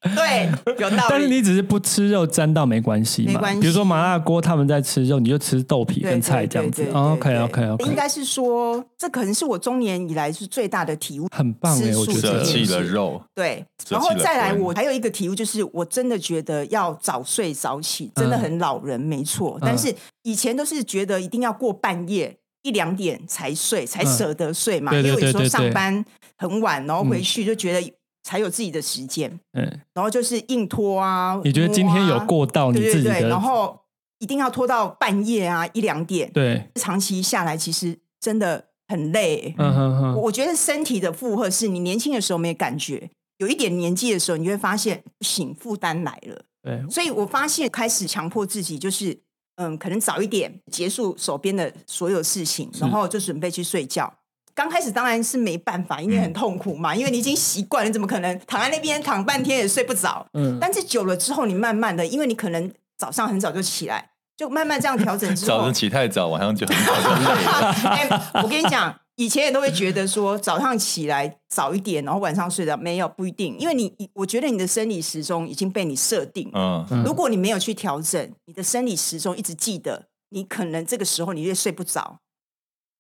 Speaker 1: 对，有道
Speaker 2: [laughs] 但是
Speaker 1: 理。
Speaker 2: 你只是不吃肉，沾到没关系嘛。
Speaker 1: 没关系
Speaker 2: 比如说麻辣锅，他们在吃肉，你就吃豆皮
Speaker 1: 对
Speaker 2: 跟
Speaker 1: 对
Speaker 2: 菜这样子哦
Speaker 1: 对。对对
Speaker 2: OK OK
Speaker 1: 应
Speaker 2: OK，
Speaker 1: 该是说，这可能是我中年以来是最大的体悟。
Speaker 2: 很棒哎、
Speaker 1: 吃
Speaker 2: 我
Speaker 1: 素
Speaker 2: 觉
Speaker 3: 舍
Speaker 1: 这件
Speaker 3: 弃
Speaker 1: 事
Speaker 2: 得。
Speaker 3: 了肉，
Speaker 1: 对，
Speaker 3: 舍
Speaker 1: 然后
Speaker 3: 弃了
Speaker 1: 再来，
Speaker 3: 荤
Speaker 1: 我还有一个体悟，就是我真的觉得要早睡早起，真的
Speaker 2: 嗯
Speaker 1: 很老人，没错。但是以前都是觉得一定要过半夜一两点才睡，才舍得睡嘛，
Speaker 2: 嗯对对
Speaker 1: 因为有时候
Speaker 2: 对对
Speaker 1: 上班很晚，然后回去就觉得才有自己的时间，
Speaker 2: 嗯，
Speaker 1: 然后就是硬拖啊。
Speaker 2: 你觉得今天有过到
Speaker 1: 摸啊？
Speaker 2: 你
Speaker 1: 对对
Speaker 2: 自己
Speaker 1: 对，
Speaker 2: 的
Speaker 1: 然？后一定要拖到半夜啊一两点，
Speaker 2: 对，
Speaker 1: 长期下来其实真的很累。
Speaker 2: 嗯哼
Speaker 1: 我
Speaker 2: 哼，
Speaker 1: 我觉得身体的负荷是你年轻的时候没感觉，有一点年纪的时候，你就会发现不行，负担来了。
Speaker 2: 对，
Speaker 1: 所以我发现开始强迫自己，就是嗯，可能早一点结束手边的所有事情，然后就准备去睡觉。刚开始当然是没办法，因为很痛苦
Speaker 3: 嗯
Speaker 1: 嘛，因为你已经习惯了，你怎么可能躺在那边躺半天也睡不着？
Speaker 2: 嗯，
Speaker 1: 但是久了之后，你慢慢的，因为你可能早上很早就起来，就慢慢这样调整之后，
Speaker 3: [laughs] 早上起太早，晚上就很早就累了。
Speaker 1: [laughs] 哎、我跟你讲，以前也都会觉得说早上起来早一点，然后晚上睡着，没有不一定，因为你，我觉得你的生理时钟已经被你设定了。
Speaker 3: 嗯，
Speaker 2: 嗯
Speaker 1: 如果你没有去调整，你的生理时钟一直记得，你可能这个时候你越睡不着。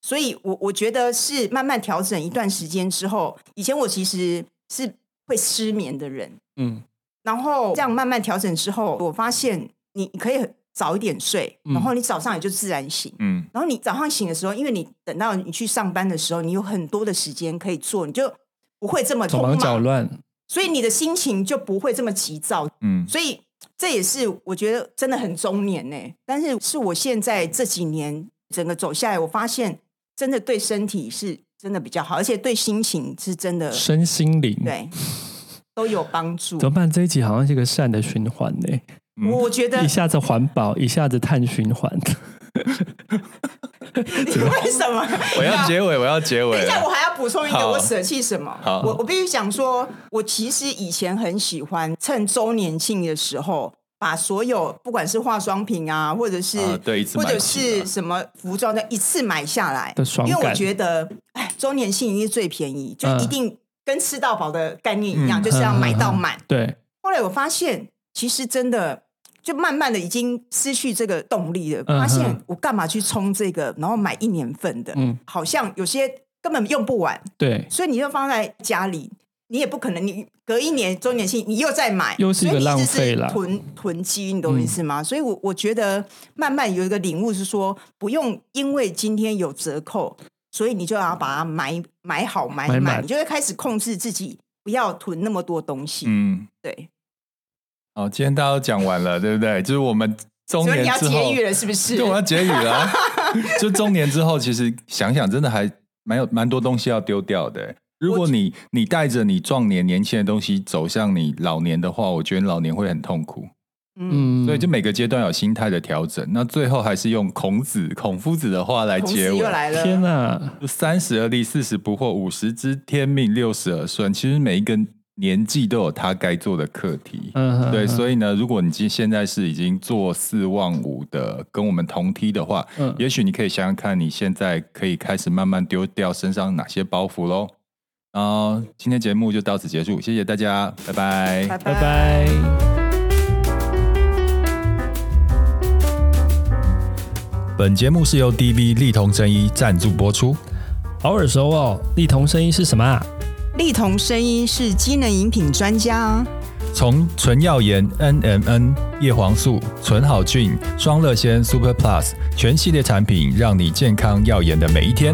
Speaker 1: 所以我我觉得是慢慢调整一段时间之后，以前我其实是会失眠的人，
Speaker 2: 嗯
Speaker 1: 然后这样慢慢调整之后，我发现你你可以早一点睡，
Speaker 2: 嗯
Speaker 1: 然后你早上也就自然醒。
Speaker 3: 嗯，
Speaker 1: 然后你早上醒的时候，因为你等到你去上班的时候，你有很多的时间可以做，你就不会这么
Speaker 2: 手
Speaker 1: 匆
Speaker 2: 忙脚
Speaker 1: 忙，
Speaker 2: 乱，
Speaker 1: 所以你的心情就不会这么急躁。
Speaker 3: 嗯，
Speaker 1: 所以这也是我觉得真的很中年呢、但是是我现在这几年整个走下来，我发现真的对身体是真的比较好，而且对心情是真的
Speaker 2: 身心灵。 [laughs]
Speaker 1: 对都有帮助
Speaker 2: 怎。么办？这一集好像是一个善的循环呢、
Speaker 1: 我我觉得
Speaker 2: 一下子环保，一下子碳循环。 [laughs]
Speaker 1: [laughs] 你为什么
Speaker 3: 我要结尾，我要结
Speaker 1: 等
Speaker 3: 尾
Speaker 1: 一下，我还要补充一个，
Speaker 3: 啊好
Speaker 1: 我舍弃什么？
Speaker 3: 好
Speaker 1: 我我必须讲说，我其实以前很喜欢趁周年庆的时候，把所有不管是化妆品啊，或者是、
Speaker 3: 啊对一次
Speaker 1: 或
Speaker 3: 买齐
Speaker 1: 者是什么服装的一次买下来
Speaker 2: 的爽感
Speaker 1: 因为我觉得，哎，周年庆一定是最便宜，就
Speaker 2: 嗯
Speaker 1: 一定跟吃到饱的概念一样，
Speaker 3: 嗯
Speaker 1: 就是要买到满。
Speaker 2: 对，
Speaker 1: 后来我发现，其实真的就慢慢的已经失去这个动力了。
Speaker 2: 嗯哼
Speaker 1: 发现我干嘛去冲这个，然后买一年份的，
Speaker 2: 嗯
Speaker 1: 好像有些根本用不完，
Speaker 2: 对，
Speaker 1: 所以你就放在家里，你也不可能，你隔一年周年庆你又再买，
Speaker 2: 又是一个浪
Speaker 1: 所以
Speaker 2: 费
Speaker 1: 你一直
Speaker 2: 啦嗯
Speaker 1: 是囤囤积，你懂我意思吗？所以我我觉得慢慢有一个领悟是说，不用因为今天有折扣，所以你就要把它买买好买
Speaker 2: 买
Speaker 1: 满，
Speaker 2: 满
Speaker 1: 你就会开始控制自己。不要囤那么多东西，
Speaker 3: 嗯，
Speaker 1: 对，
Speaker 3: 好，哦今天大家都讲
Speaker 1: [laughs]
Speaker 3: 完了，对不对？就是我们中
Speaker 1: 所以
Speaker 3: 年
Speaker 1: 你要
Speaker 3: 之
Speaker 1: 节
Speaker 3: 后
Speaker 1: 育，了，是不是？
Speaker 3: 对，我要结语了
Speaker 1: [laughs]
Speaker 3: 啊。就中年之后，其实想想，真的还蛮有蛮多东西要丢掉的。如果你你带着你壮年年轻的东西走向你老年的话，我觉得老年会很痛苦。
Speaker 1: 嗯，
Speaker 2: 嗯，
Speaker 3: 所以就每个阶段有心态的调整。那最后还是用孔子、孔夫子的话来
Speaker 1: 同
Speaker 3: 结
Speaker 1: 时
Speaker 3: 尾
Speaker 1: 又。来了，
Speaker 2: 天啊哪、
Speaker 3: 三十而立，四十不惑，五十知天命，六十而顺。其实每一个年纪都有他该做的课题。
Speaker 2: 嗯，
Speaker 3: 对，
Speaker 2: 以
Speaker 3: 所以呢，如果你今现在是已经做四望五的，跟我们同梯的话，
Speaker 2: 嗯
Speaker 3: 也许你可以想想看，你现在可以开始慢慢丢掉身上哪些包袱喽。然后今天节目就到此结束，谢谢大家，拜拜。
Speaker 2: 拜拜。
Speaker 3: 本节目是由 DV 力同真一赞助播出。
Speaker 2: 好耳熟哦，力同声音是什么啊？
Speaker 1: 力同声音是机能饮品专家啊。
Speaker 3: 从纯耀颜 NMN、叶黄素、纯好菌、双乐仙 Super Plus 全系列产品，让你健康耀眼的每一天。